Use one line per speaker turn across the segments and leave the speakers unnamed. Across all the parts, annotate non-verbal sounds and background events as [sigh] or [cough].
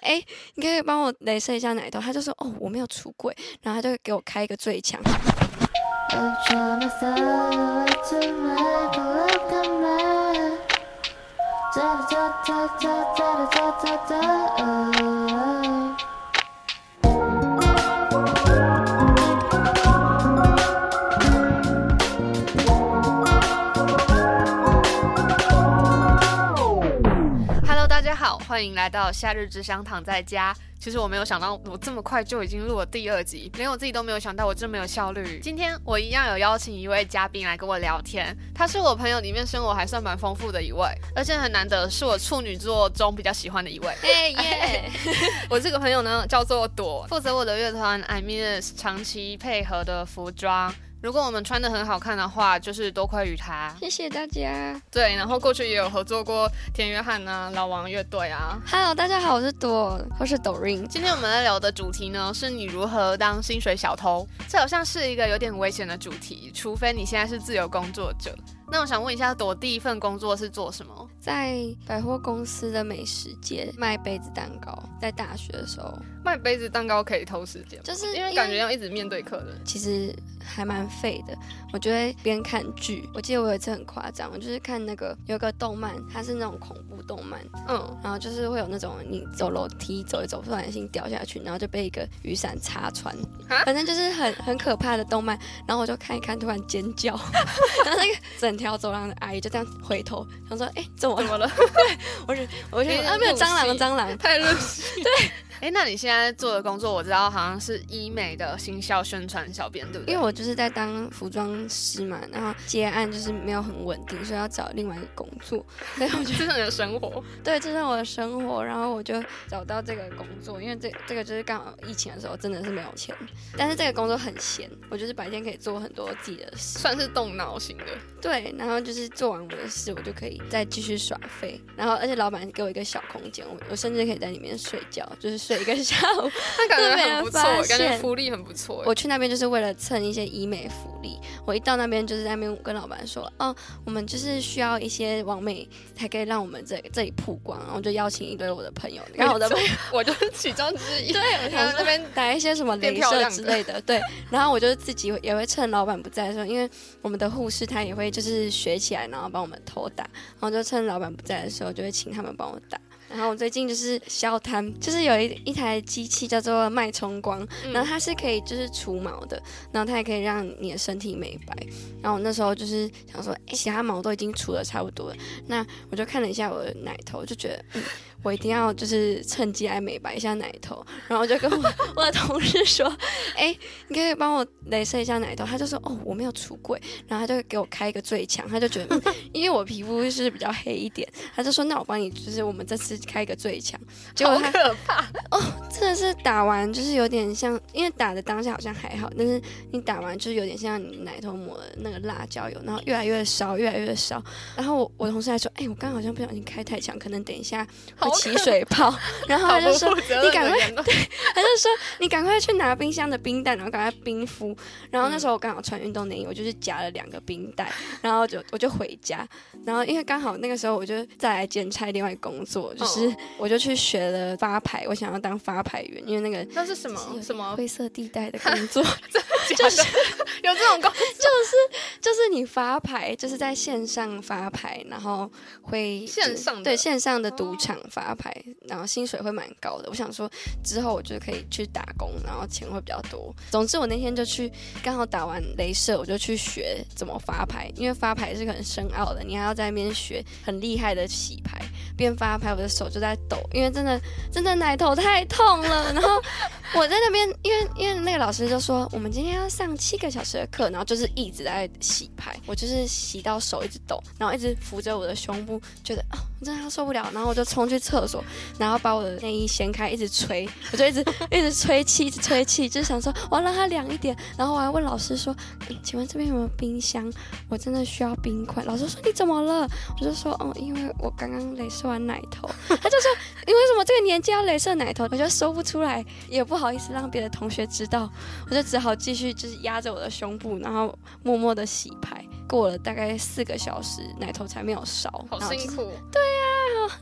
哎、你可以帮我镭射一下奶头。”他就说：“哦，我没有出轨。”然后他就给我开一个最强。
I'm tryna find a way to make love come back. Da da da da da da da da da.
哈喽，大家好，欢迎来到夏日只想躺在家。其实我没有想到，我这么快就已经录了第二集，连我自己都没有想到，我真没有效率。今天我一样有邀请一位嘉宾来跟我聊天，他是我朋友里面生活还算蛮丰富的一位，而且很难得是我处女座中比较喜欢的一位。
哎 [laughs] 耶！
[laughs] 我这个朋友呢叫做朵，负责我的乐团 I Mean Us 长期配合的服装。如果我们穿的很好看的话，就是多亏于他。
谢谢大家。
对，然后过去也有合作过田约翰啊、老王乐队啊，
Hello，大家好，我是朵，我是抖音。
今天我们要聊的主题呢，是你如何当薪水小偷。这好像是一个有点危险的主题，除非你现在是自由工作者。那我想问一下，朵第一份工作是做什么？
在百货公司的美食街卖杯子蛋糕，在大学的时候，
卖杯子蛋糕可以偷时间吗，
就是
因为感觉要一直面对客人。
其实还蛮废的。我就会边看剧，我记得我有一次很夸张，我就是看那个有一个动漫，它是那种恐怖动漫，
嗯，
然后就是会有那种你走楼梯走一走，不小心掉下去，然后就被一个雨伞插穿
啊，
反正就是很很可怕的动漫。然后我就看一看，突然尖叫， [laughs] 然后那个整条走廊的阿姨就这样回头，想说：“哎、怎么了 [laughs]
怎么了？
我就
有点
啊，没有
入
蟑螂，
戏
蟑螂。”
太入戏。对，哎，那你现在做的工作，我知道好像是医美的行销宣传小编，对不对？
因为我就是在当服装师嘛，然后接案就是没有很稳定，所以要找另外一个工
[laughs]
作。所以我觉
这是你的生活，
得对，这是我的生活，然后我就找到这个工作，因为这这个就是刚好疫情的时候真的是没有钱，但是这个工作很闲，我就是白天可以做很多自己的事，
算是动脑型的。
对，然后就是做完我的事，我就可以再继续耍废，然后而且老板给我一个小空间，我我甚至可以在里面睡觉，就是睡一个 [laughs] 下午，
那感觉
都没
很
人
不错
发，
感觉
现
福利很不错。
我去那边就是为了蹭一些医美福利。我一到那边就是在那边跟老板说，哦，我们就是需要一些网美才可以让我们这这里曝光，然后我就邀请一堆我的朋友，然后我的朋友
我就是其中之一。
对，我
然
想
后那
说 [laughs]
边
打一些什么
变
镭
漂亮
射
的
之类的，对。然后我就自己也会趁老板不在的时候，因为我们的护士她也会就是学起来，然后帮我们偷打，然后就趁老板不在的时候，就会请他们帮我打。然后我最近就是消摊，就是有一一台机器叫做脉冲光，
嗯
然后它是可以就是除毛的，然后它也可以让你的身体美白。然后我那时候就是想说，哎，其他毛都已经除的差不多了，那我就看了一下我的奶头，就觉得、嗯、我一定要就是趁机来美白一下奶头。然后我就跟
[laughs]
我我的同事说，哎、你可以帮我镭射一下奶头。他就说，哦，我没有出柜。然后他就给我开一个最强，他就觉得、
[laughs]
嗯因为我皮肤是比较黑一点，他就说，那我帮你，就是我们这次开一个最强。结果
好
他
可怕。
真的是打完就是有点像，因为打的当下好像还好，但是你打完就是有点像你奶头抹的那个辣椒油，然后越来越烧，越来越烧。然后我我同事还说，哎、我刚刚好像不小心开太强，可能等一下会
好可
起水泡。然后他就说，哎
你
你赶快
快，
他就说你赶快去拿冰箱的冰袋，然后赶快冰敷。然后那时候我刚好穿运动内衣，我就是夹了两个冰袋，然后就我就回家。然后因为刚好那个时候我就再来兼差另外工作，就是
哦
我就去学了发牌，我想要当发牌员， [laughs] 因为那个
那是什
是有
么
点
什么？
灰色地带 [laughs] 的工作，
就是 [laughs] 有这种工，
就是你发牌，就是在线上发牌，然后会
线上的
对线上的赌场发牌，然后薪水会蛮高的。我想说之后我就可以去打工，然后钱会比较多。总之我那天就去，刚好打完镭射，我就去学怎么发牌，因为发牌是很深奥的，你还要在那边学很厉害的洗牌。边发牌，我的手就在抖，因为真的真的奶头太痛了。然后我在那边，因为因为那个老师就说，我们今天要上七个小时的课，然后就是一直在洗牌，我就是洗到手一直抖，然后一直扶着我的胸部，觉得哦，我真的要受不了，然后我就冲去厕所，然后把我的内衣掀开，一直吹，我就一直 [laughs] 一直吹气，一直吹气，就是想说我要让它凉一点。然后我还问老师说，嗯请问这边有没有冰箱？我真的需要冰块。老师说你怎么了？我就说哦，因为我刚刚镭射完奶头。 [laughs] 他就说你为什么这个年纪要镭射奶头？我就说哦不出来，也不好意思让别的同学知道，我就只好继续就是压着我的胸部，然后默默的洗牌。过了大概四个小时，奶头才没有烧，
好
然后
辛
就是
苦。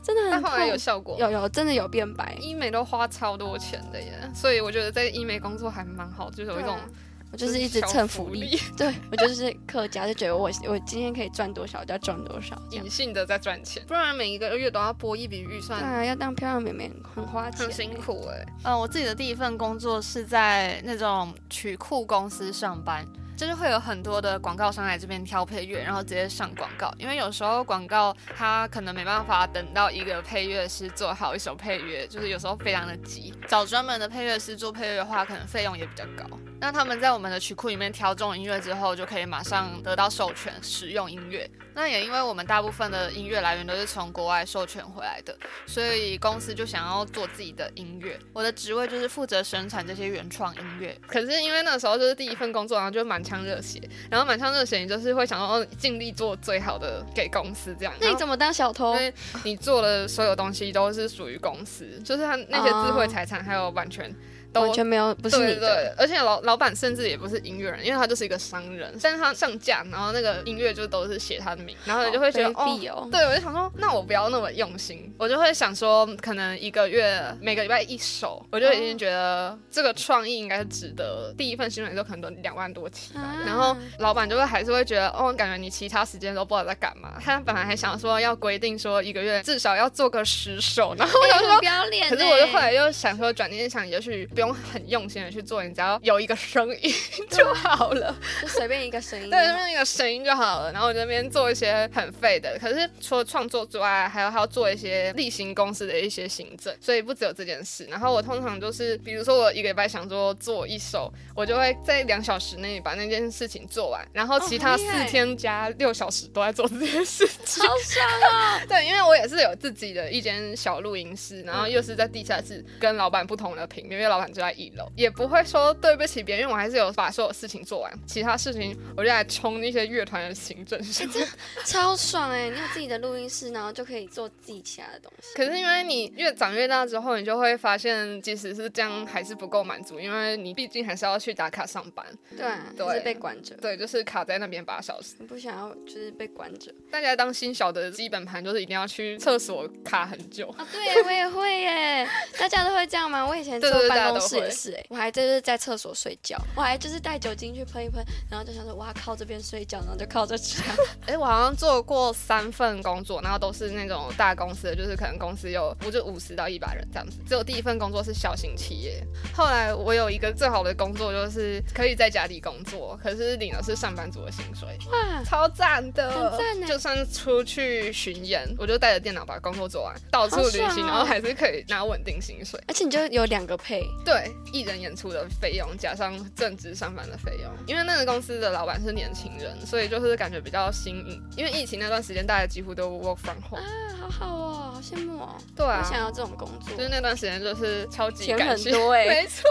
真的
但
很
后来有
痛。
效果，
有有真的有变白，
医美都花超多钱的耶，所以我觉得在医美工作还蛮好，就是有一
对
种
啊我就是一直蹭福利，
利，
对我就是客家，就觉得我我今天可以赚多少就要赚多少这样
隐。性的在赚钱，不然每一个月都要拨一笔预
对
算，
啊，要当漂亮妹妹很花钱、欸
很辛。苦哎、呃，我自己的第一份工作是在那种曲库公司上班，就是会有很多的广告商来这边挑配乐，然后直接上广告。因为有时候广告它可能没办法等到一个配乐师做好一首配乐，就是有时候非常的急。找专门的配乐师做配乐的话，可能费用也比较高。那他们在我们的曲库里面挑中音乐之后，就可以马上得到授权使用音乐。那也因为我们大部分的音乐来源都是从国外授权回来的，所以公司就想要做自己的音乐。我的职位就是负责生产这些原创音乐。可是因为那时候就是第一份工作，然后就满腔热血，然后满腔热血，你就是会想要尽力做最好的给公司这样。
那你
然后
怎么当小偷
因？为你做的所有东西都是属于公司，就是他那些智慧财产还有版权都
完全没有，不是
对
你的。
对，而且老老板甚至也不是音乐人，因为他就是一个商人，但是他上架，然后那个音乐就都是写他的名，然后你就会觉得
好卑
哦。
鄙哦。
对，我就想说，那我不要那么用心，我就会想说，可能一个月每个礼拜一首，我就已经觉得这个创意应该是值得。第一份薪水就可能都两万多起吧，
啊
哦然后老板就会还是会觉得，哦，感觉你其他时间都不知道在干嘛。他本来还想说要规定说一个月至少要做个十首，然后我想说
很不要脸欸。
可是我就后来又想说，转念一想，也许不用很用心的去做，你只要有一个声音 [laughs] 就好了，
就随便一个声音。啊
对，那边一个声音就好了。然后我这边做一些很废的，可是除了创作之外，还有还要做一些例行公司的一些行政，所以不只有这件事。然后我通常就是，比如说我一个礼拜想说做一首，我就会在两小时内把那件事情做完，然后其他
哦很厉
四
害
天加六小时都在做这件事情。
好爽啊！
[laughs] 对，因为我也是有自己的一间小录音室，然后又是在地下室，跟老板不同的平面，因为老板就在一楼，也不会说对不起别人，因为我还是有把所有事情做完，其他事情我就来冲那些乐团的行政什么的。 [laughs]
超爽哎、你有自己的录音室，然后就可以做自己其他的东西。
可是因为你越长越大之后，你就会发现，即使是这样还是不够满足，因为你毕竟还是要去打卡上班，
对啊，
对
就是被管着。
对，就是卡在那边八小时。
我不想要，就是被管着
大家当新小的基本盘就是一定要去厕所卡很久。
啊！对，我也会耶，大家都会这样吗？我以前坐
对对对
办公
大家
室
都会
也是哎，我还就是在厕所睡觉，我还就是带酒精去喷一喷，然后就想说哇靠这边睡觉，然后就靠这吃。啊
哎、我好像做过三份工作，然后都是那种大公司的，就是可能公司有我就五十到一百人这样子。只有第一份工作是小型企业，后来我有一个最好的工作就是可以在家里工作，可是领的是上班族的薪水，
哇，
超赞的，
很赞欸
就算出去巡演，我就带着电脑把工作做完，到处
好
旅
爽
行，
哦
然后还是可以拿稳定薪水。
而且你就有两个配，
对，艺人演出的费用加上正职上班的费用，因为那个公司的老板是年轻人，所以就是感觉比较新颖。因为疫情那段时间，大家几乎都 work from home。
啊，好好哦，好羡慕哦，
对
我
啊，
想要这种工作
就是。那段时间就是超级
钱
感
很
谢
多
[laughs]
[laughs] 欸
没错。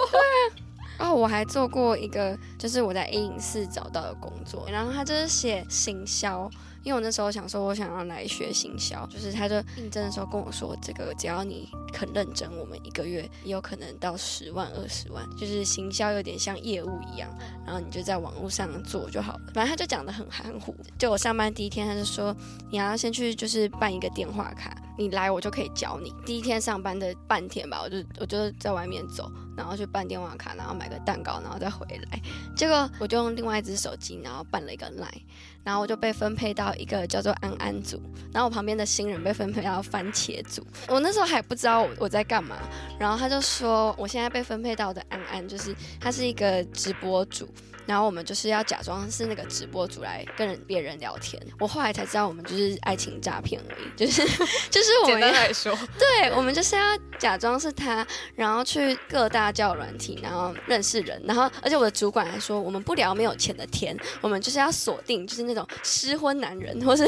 哦，我还做过一个，就是我在 A 影视找到的工作，然后他就是写行销，因为我那时候想说我想要来学行销，就是他就应征的时候跟我说，这个只要你肯认真，我们一个月也有可能到十万、二十万，就是行销有点像业务一样，然后你就在网络上做就好了。反正他就讲的很含糊，就我上班第一天他就说，你要先去就是办一个电话卡，你来我就可以教你。第一天上班的半天吧，我就我就在外面走，然后去办电话卡，然后买个蛋糕，然后再回来。结果我就用另外一只手机，然后办了一个 line，然后我就被分配到一个叫做安安组，然后我旁边的新人被分配到番茄组。我那时候还不知道我我在干嘛，然后他就说我现在被分配到的安安就是他是一个直播主。然后我们就是要假装是那个直播主来跟人别人聊天。我后来才知道，我们就是爱情诈骗而已，就是 [laughs] 就是我
简
们要
单来说，
对，我们就是要假装是他，然后去各大交友软体，然后认识人，然后而且我的主管还说，我们不聊没有钱的天，我们就是要锁定就是那种失婚男人，或是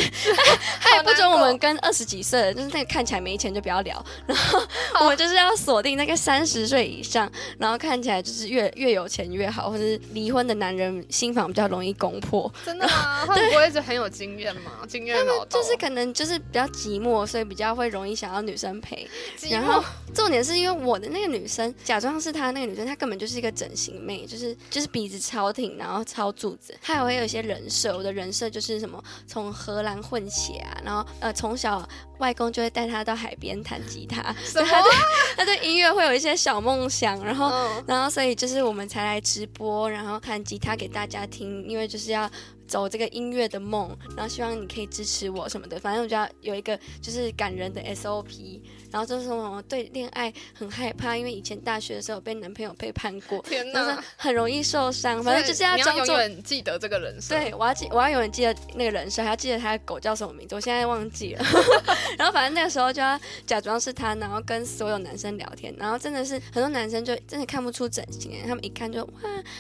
他也不准我们跟二十几岁的，就是那个看起来没钱就不要聊，然后我们就是要锁定那个三十岁以上，然后看起来就是越越有钱越好，或是离婚的男人心房比较容易攻破，
真的吗？他们不会是很有经验吗？经验啊老道
就是可能就是比较寂寞，所以比较会容易想要女生陪。
寂
然
[laughs] 寞
后重点是因为我的那个女生假装是她那个女生，她根本就是一个整形妹，就是就是鼻子超挺，然后超柱子。她还会有一些人设，我的人设就是什么从荷兰混血啊，然后呃从小外公就会带她到海边弹吉他， [laughs] 所以她
[laughs]
对她对音乐会有一些小梦想，然后
嗯，
然后所以就是我们才来直播，然后弹吉他给大家听，因为就是要走这个音乐的梦，然后希望你可以支持我什么的。反正我就要有一个就是感人的 SOP，然后就是我对恋爱很害怕，因为以前大学的时候被男朋友背叛过，
天
就
哪
是！很容易受伤。反正就是要
你要
装
永
作。
远记得这个人生。
对，我要记，我要永远记得那个人设，还要记得他的狗叫什么名字，我现在忘记
[laughs]
了。然后反正那个时候就要假装是他，然后跟所有男生聊天，然后真的是很多男生就真的看不出整形，欸他们一看就哇，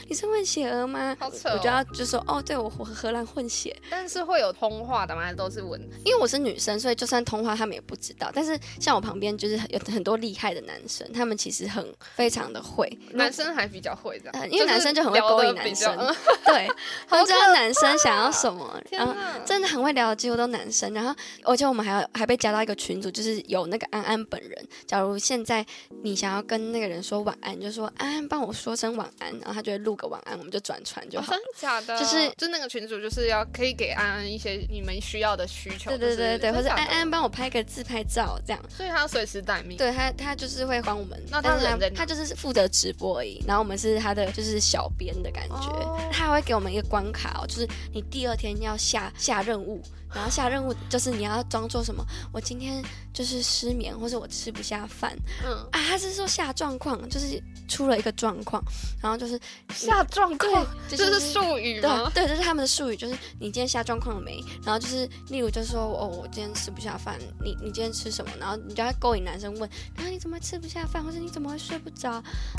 你是混血儿吗？
好扯哦
我就要就说哦，对我荷荷兰混血，
但是会有通话的吗？还是都是文字？
因为我是女生，所以就算通话他们也不知道。但是像我旁边就是很有很多厉害的男生，他们其实很非常的会，
男生还比较会这
呃
样，
因为男生就很会
就是
勾
聊
引
得
男
比较
生，
嗯 [laughs]
对，他们知道男生想要什么，
哦天
然后
哪，
真的很会聊的，几乎都男生。然后，而且我们还有还被加到一个群组，就是有那个安安本人。假如现在你想要跟那个人说晚安，你就说安安帮我说声晚安，然后他就会录个晚安，我们就转传就
哦
好
真。的假的？
就是
就那个群主就是要可以给安安一些你们需要的需求，
对对对对，
就
或
是
者安安
真的假的，
帮我拍个自拍照这样。
所以他要随时待命。
对他，他就是会帮我们，
那他
但是
人在哪
他就是负责直播而已，然后我们是他的就是小编的感觉，
哦
他还会给我们一个关卡哦，就是你第二天要下下任务，然后下任务就是你要装作什么，我今天就是失眠，或者我吃不下饭
嗯，
啊，他是说下状况，就是出了一个状况，然后就是
下状况
嗯对，
这
就是
哦是术语
对啊
吗？
对，这是他们的术语，就是你今天下状况了没？然后就是，例如就说哦，我今天吃不下饭，你你今天吃什么？然后你就要勾引男生问，啊你怎么吃不下饭，或者你怎么会睡不着？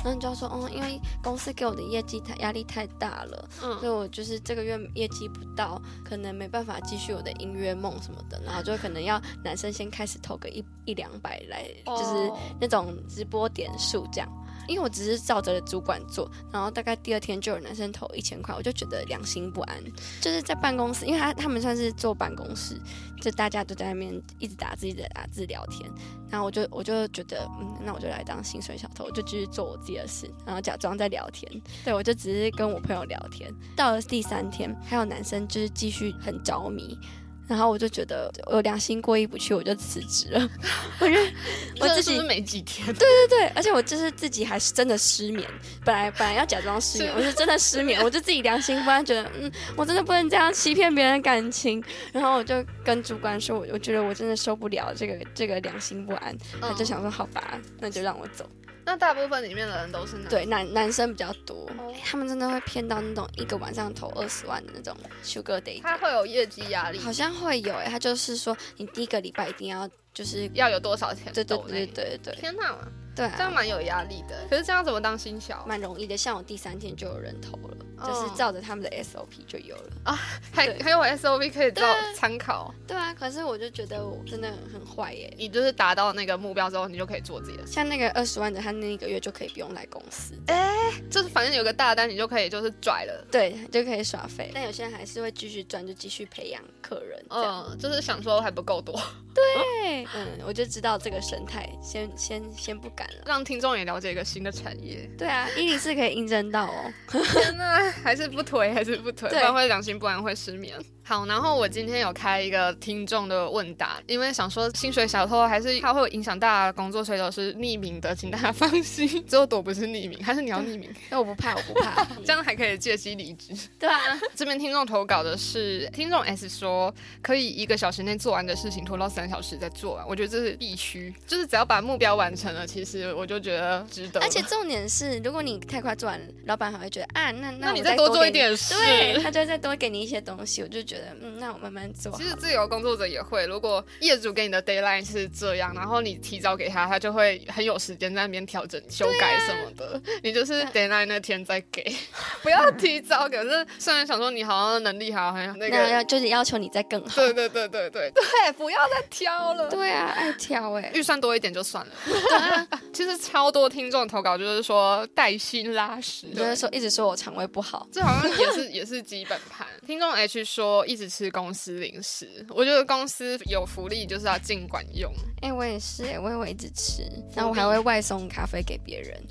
然后你就要说，哦，因为公司给我的业绩太压力太大了，所
嗯，
以我就是这个月业绩不到，可能没办法继续我的音乐梦什么的，然后就可能要男生先开始投个一一两百来，就是
哦
那种直播点数这样。因为我只是照着主管做，然后大概第二天就有男生投一千块，我就觉得良心不安。就是在办公室，因为他他们算是坐办公室，就大家都在那边一直打字，一直打字聊天。然后我就我就觉得，嗯，那我就来当薪水小偷，我就继续做我自己的事，然后假装在聊天。对我就只是跟我朋友聊天。到了第三天，还有男生就是继续很着迷。然后我就觉得我良心过意不去，我就辞职了。我就我
这
自
是
己
不是没几天？
对，而且我就是自己还是真的失眠，本来本来要假装失眠，
是
我是真的失眠，我就自己良心不安，觉得嗯，我真的不能这样欺骗别人的感情，然后我就跟主管说，我我觉得我真的受不了这个这个良心不安，他就
嗯
想说好吧，那就让我走。
那大部分里面的人都是男，
对，男男生比较多，
嗯哦
他们真的会骗到那种一个晚上投二十万的那种 sugar day，
他会有业绩压力，
好像会有诶、他就是说你第一个礼拜一定要就是
要有多少钱？
对对对对。对对
天哪，
对
这样
啊。
蛮有压力的。可是这样怎么当新小？
蛮容易的，像我第三天就有人投了，
哦
就是照着他们的 SOP 就有了。
还
对
还有 SOP 可以照
对
参考。
对啊，可是我就觉得我真的很坏耶。
你就是达到那个目标之后，你就可以做自己的事。
像那个二十万的，他那一个月就可以不用来公司，
就是反正有个大单，你就可以就是拽了。
对，就可以耍废。但有些人还是会继续赚，就继续培养客人这样。
嗯，就是想说还不够多， [laughs]
对，哦嗯，我就知道这个生态，先先先不敢了。
让听众也了解一个新的
[laughs]
产业。
对啊，一零四可以印证到哦。
天呐，还是不推，还是不推，不
对
然会良心不安，会失眠。好，然后我今天有开一个听众的问答，因为想说薪水小偷还是它会有影响大家的工作，所以都是匿名的，请大家放心。 [laughs] 只有躲不是匿名，还是你要匿名，
[laughs] [laughs] 但我不怕，我不怕。
这样还可以借机离职。
[laughs] 对啊，
这边听众投稿的是听众 S 说，可以一个小时内做完的事情拖到三小时再做完，我觉得这是必须，就是只要把目标完成了，其实我就觉得值得了。
而且重点是，如果你太快做完，老板还会觉得啊，那
那
我
你
再
再多做
给
一
你。
点事。 [laughs]
对，他就会再多给你一些东西，我就觉得，嗯，那我慢慢做好。
其实自由工作者也会，如果业主给你的 deadline 是这样，然后你提早给他，他就会很有时间在那边调整、修改什么的。你就是 deadline 那天再给，不要提早给。可是虽然想说你好像能力好像那
那要
个，
就是要求你再更好。
对对对对对对，不要再挑了。
对啊，爱挑哎、
预算多一点就算了。 [laughs] 其实超多听众投稿就是说带薪拉屎，
就是说一直说我肠胃不好，
这好像也是也是基本盘。听众 H 说一直吃公司零食，我觉得公司有福利就是要尽管用，
哎、我也是、哎我也会一直吃，然后我还会外送咖啡给别人。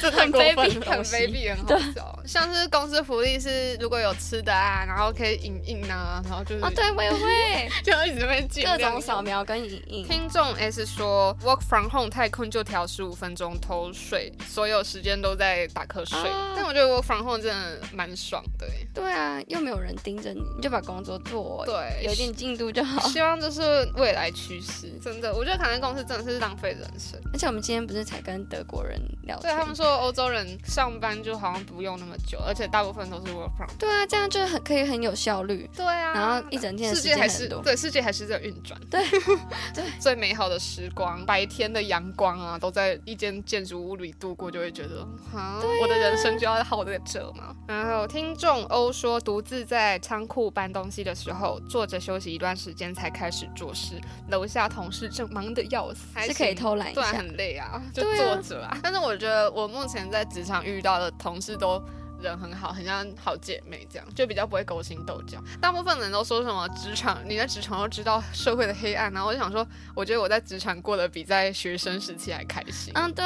这很
过
卑
分
鄙，
的
很
东
卑
西
鄙，很好笑。像是公司福利是如果有吃的啊，然后可以影印啊，然后就是
哦，，对，我也会
就一直被尽
各
量
种扫描跟影印。
听众 S 说，work from home 太困就调十五分钟偷睡，所有时间都在打瞌睡。
啊
但我觉得 work from home 真的蛮爽的欸。
对啊，又没有人盯着你，你就把工作做，
对
有一定进度就 [laughs] 好。
希望这是未来趋势，真的，我觉得卡能公司真的是浪费人生。
而且我们今天不是才跟德国人聊
对
天，
他们说，欧洲人上班就好像不用那么久，而且大部分都是 work from。
对啊，这样就很可以很有效率。
对啊，
然后一整天的
世
时
界
间
还
很
是
多
对世界还是在运转， [laughs]
对
对，最美好的时光，白天的阳光啊，都在一间建筑物里度过，就会觉得啊，我的人生就要耗在这嘛。然后听众欧说，独自在仓库搬东西的时候，坐着休息一段时间才开始做事，楼下同事正忙得要死，还
是可以
行
偷懒一
对啊，
下，
很累 [laughs] 啊，就
对
坐
啊
着啊。但是我觉得我目前在职场遇到的同事都。人很好，很像好姐妹这样，就比较不会勾心斗角。大部分人都说什么职场，你在职场都知道社会的黑暗，然后我就想说，我觉得我在职场过得比在学生时期还开心。
嗯，对，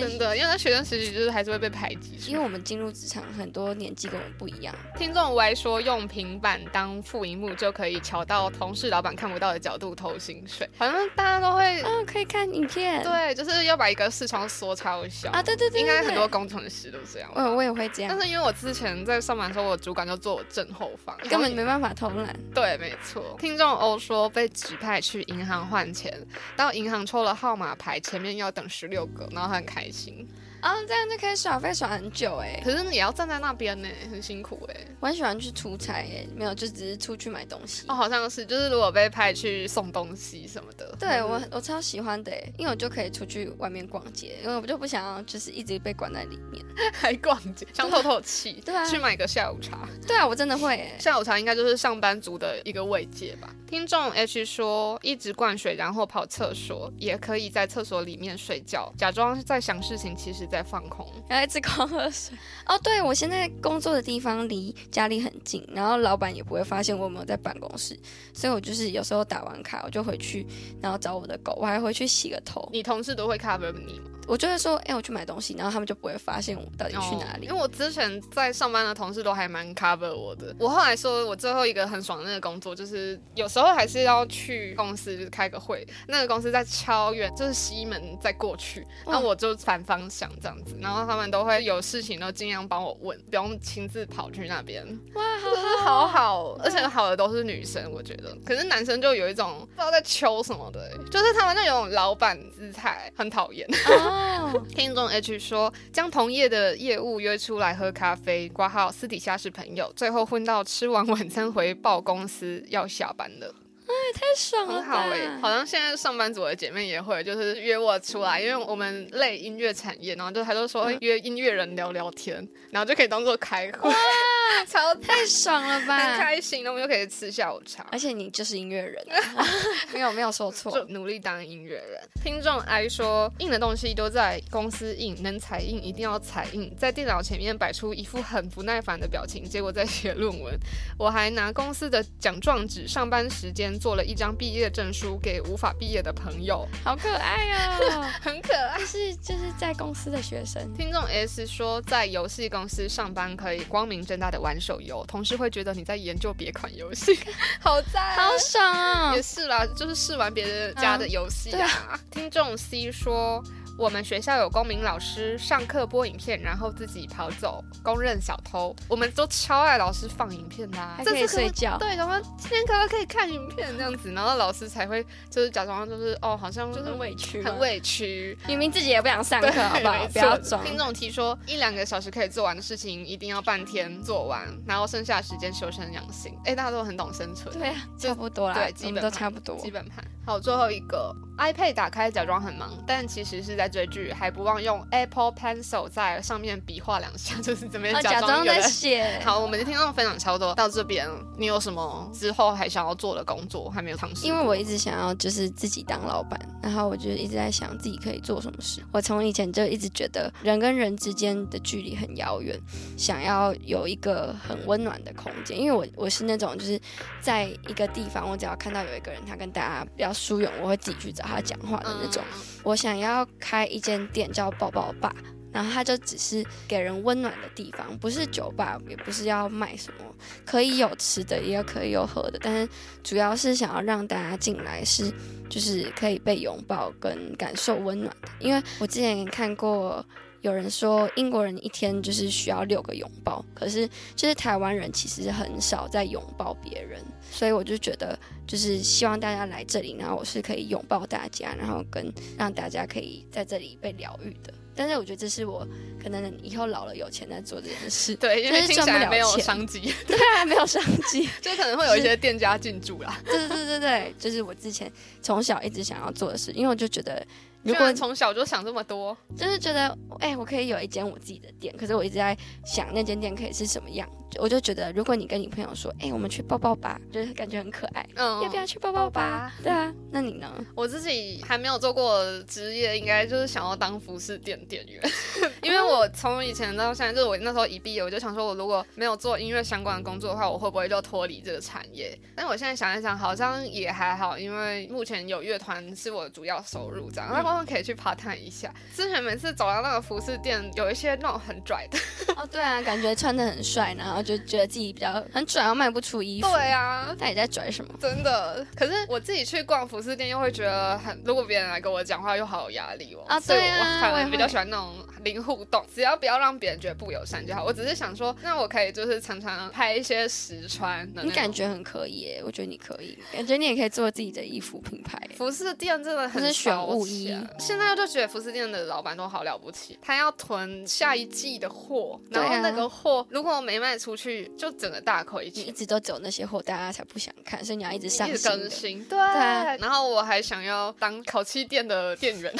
真的，因为在学生时期就是还是会被排挤出来。
因为我们进入职场，很多年纪跟我们不一样，
听众 Y 说，用平板当副荧幕就可以瞧到同事、老板看不到的角度偷薪水，好像大家都会，
嗯，可以看影片，
对，就是要把一个视窗缩超小
啊，对对对，
应该
对
很多，工程师都这样
对。嗯，我也会这样
但，是因为我之前在上班的时候，我主管就坐我正后方，
根本
然后
没办法偷懒。
对，没错。听众欧说被指派去银行换钱，到银行抽了号码牌，前面要等十六个，然后他很开心。
啊，这样就可以耍废耍很久哎、
可是也要站在那边呢，很辛苦哎。
我很喜欢去出差哎、没有，就只是出去买东西。
哦，好像是，就是如果被派去送东西什么的，
对我我超喜欢的哎、因为我就可以出去外面逛街，因为我就不想要就是一直被关在里面。
还逛街，想透透气，
对啊
去买个下午茶。
对啊，我真的会哎、
下午茶应该就是上班族的一个慰藉吧。听众 H 说，一直灌水然后跑厕所，也可以在厕所里面睡觉，假装在想事情，其实在放空。
然后一直狂喝水。哦，对我现在工作的地方离家里很近，然后老板也不会发现我有没有在办公室，所以我就是有时候打完卡我就回去，然后找我的狗，我还回去洗个头。
你同事都会 cover 你吗？
我就会说，哎、我去买东西，然后他们就不会发现我到底去哪里。
哦因为我之前在上班的同事都还蛮 cover 我的。我后来说，我最后一个很爽的那个工作，就是有时候还是要去公司就是开个会，那个公司在超远，就是西门再过去，
哇
那我就反方向这样子，然后他们都会有事情都尽量帮我问，不用亲自跑去那边。
哇，好
就是好好，而且好的都是女生，我觉得。可是男生就有一种不知道在求什么的欸、就是他们那种老板姿态很讨厌。
哦，
听众 H 说，将同业的业务约出来喝咖啡，挂号私底下是朋友，最后混到吃完晚餐回报公司要下班了，
[laughs] 太爽了
很
吧，
好哎、好像现在上班族的姐妹也会，就是约我出来，因为我们类音乐产业，然后就他就
嗯
说、哎约音乐人聊聊天，然后就可以当做开会， [laughs] 超
太爽了
很
吧！
开心，那我们就可以吃下午茶。
而且你就是音乐人啊、 [laughs] 没有没有说错，
就努力当音乐人。听众 I 说，印的东西都在公司印，能彩印一定要彩印，在电脑前面摆出一副很不耐烦的表情，结果在写论文。我还拿公司的奖状纸、上班时间做了一张毕业证书给无法毕业的朋友，
[laughs] 好可爱哦！
很可爱。
就是就是在公司的学生，
听众 S 说，在游戏公司上班可以光明正大的玩手游，同事会觉得你在研究别款游戏， [laughs] 好赞、哦
好爽啊、
也是啦，就是试玩别人家
嗯
的游戏啊。听众 C 说，我们学校有公民老师上课播影片，然后自己跑走，公认小偷。我们都超爱老师放影片的、啊，
还
这
可以
次
睡觉
对，然后今天可不可以看影片这样子，然后老师才会就是假装就是哦，好像
就是委屈，啊
很，委屈。
明明自己也不想上课，好不好？
没
不
错
要装。
听众提说，一两个小时可以做完的事情，一定要半天做完，然后剩下的时间修身养性。哎，大家都很懂生存。
对啊，差不多啦，
对基
我们
本
都差不多。
基本盘。好，最后一个 iPad 打开假装很忙，但其实是在追剧，还不忘用 Apple Pencil 在上面比划两下，就是这边
啊，
假
假
装
装
一个
在
人。
写。
好，我们的听众分享差不多到这边，你有什么之后还想要做的工作还没有尝试过？，
因为我一直想要就是自己当老板，然后我就一直在想自己可以做什么事。我从以前就一直觉得人跟人之间的距离很遥远，想要有一个很温暖的空间。因为我我是那种就是在一个地方，我只要看到有一个人他跟大家比较疏远，我会自己去找他讲话的那种。我想要开一间店叫抱抱爸，然后它就只是给人温暖的地方，不是酒吧，也不是要卖什么，可以有吃的，也可以有喝的，但是主要是想要让大家进来是就是可以被拥抱跟感受温暖的，因为我之前也看过。有人说英国人一天就是需要六个拥抱，可是就是台湾人其实很少在拥抱别人，所以我就觉得就是希望大家来这里，然后我是可以拥抱大家，然后跟让大家可以在这里被疗愈的。但是我觉得这是我可能以后老了有钱再做这件事
[laughs] 对，因为
就是
听起
赚不
来
了
没有
钱
商
[laughs]
机，
对啊，没有商机。
就可能会有一些店家进驻啦。
对对对对对，就是我之前从小一直想要做的事，因为我就觉得，
居
如果
然从小就想这么多，
就是觉得，哎、我可以有一间我自己的店，可是我一直在想那间店可以是什么样，我就觉得，如果你跟你朋友说，哎、我们去抱抱吧，就是感觉很可爱，
嗯，
要不要去抱抱吧？对啊，那你呢？
我自己还没有做过的职业，应该就是想要当服饰店店员， [laughs] 因为我从以前到现在，就是我那时候一毕业，我就想说，我如果没有做音乐相关的工作的话，我会不会就脱离这个产业？但我现在想一想，好像也还好，因为目前有乐团是我的主要收入，这样那刚刚可以去 part time 一下。之前每次走到那个服饰店，有一些那种很拽的，
[laughs] 哦，对啊，感觉穿的很帅，然后就觉得自己比较很拽，又卖不出衣服，
对啊，
那你在拽什么？
真的，可是我自己去逛服饰店，又会觉得很，如果别人来跟我讲话，又好有压力哦。
啊
所以
对啊
我反
我也
而
会
比较喜欢那种零互动，只要不要让别人觉得不友善就好。我只是想说，那我可以就是常常拍一些实穿的那种。
你感觉很可以耶，我觉得你可以，感觉你也可以做自己的衣服品牌。
服饰店真的很
这是选
烧
物衣
钱现在就觉得服饰店的老板都好了不起，他要囤下一季的货，然后
对啊
那个货如果没卖出去，就整个大亏
你
钱
一。直都走那些货，大家才不想看，所以你要一直上
一直
新
更
的。
新，对。
啊
然后我还想要当烤漆店的
[laughs]
店员，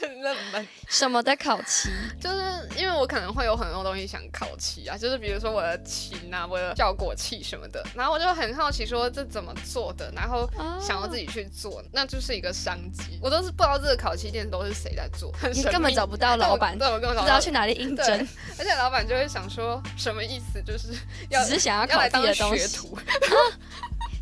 很冷门。
什么的烤漆，
就是因为我可能会有很多东西想烤漆啊，就是比如说我的琴啊，我的效果器什么的，然后我就很好奇说这怎么做的，然后
哦
想要自己去做，那就是一个商机。我都是不知道这个烤漆店都是谁在做，很
你
神秘
根本找不到老板，
对，
不
我根本找
知
到
道去哪里应
对
征，
而且老板就会想说什么意思，就是要
只是想要
要
烤
来
自己
当
的东
学
西，
徒，
[laughs]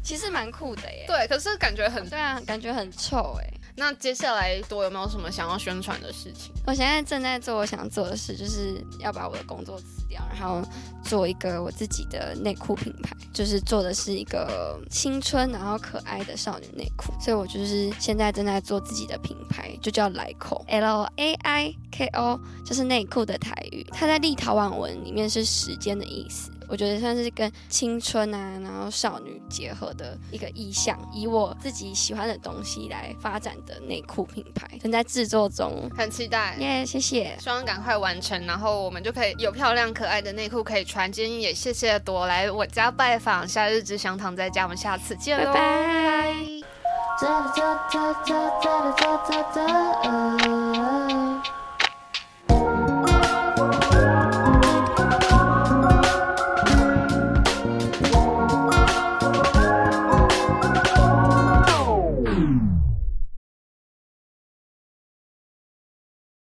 其实蛮酷的耶。
对，可是感觉很
对啊，感觉很臭哎。
那接下来多有没有什么想要宣传的事情？
我现在正在做我想做的事，就是要把我的工作辞掉，然后做一个我自己的内裤品牌，就是做的是一个青春然后可爱的少女内裤，所以我就是现在正在做自己的品牌，就叫来口 L A I K O，就是内裤的台语，它在立陶宛文里面是时间的意思。我觉得算是跟青春啊，然后少女结合的一个意象，以我自己喜欢的东西来发展的内裤品牌，正在制作中。
很期待。
耶谢谢，
希望赶快完成，然后我们就可以有漂亮可爱的内裤可以穿。今天也谢谢朵来我家拜访，夏日只想躺在家，我们下次见
拜
喽，
拜。
da da da da da da da da da oh.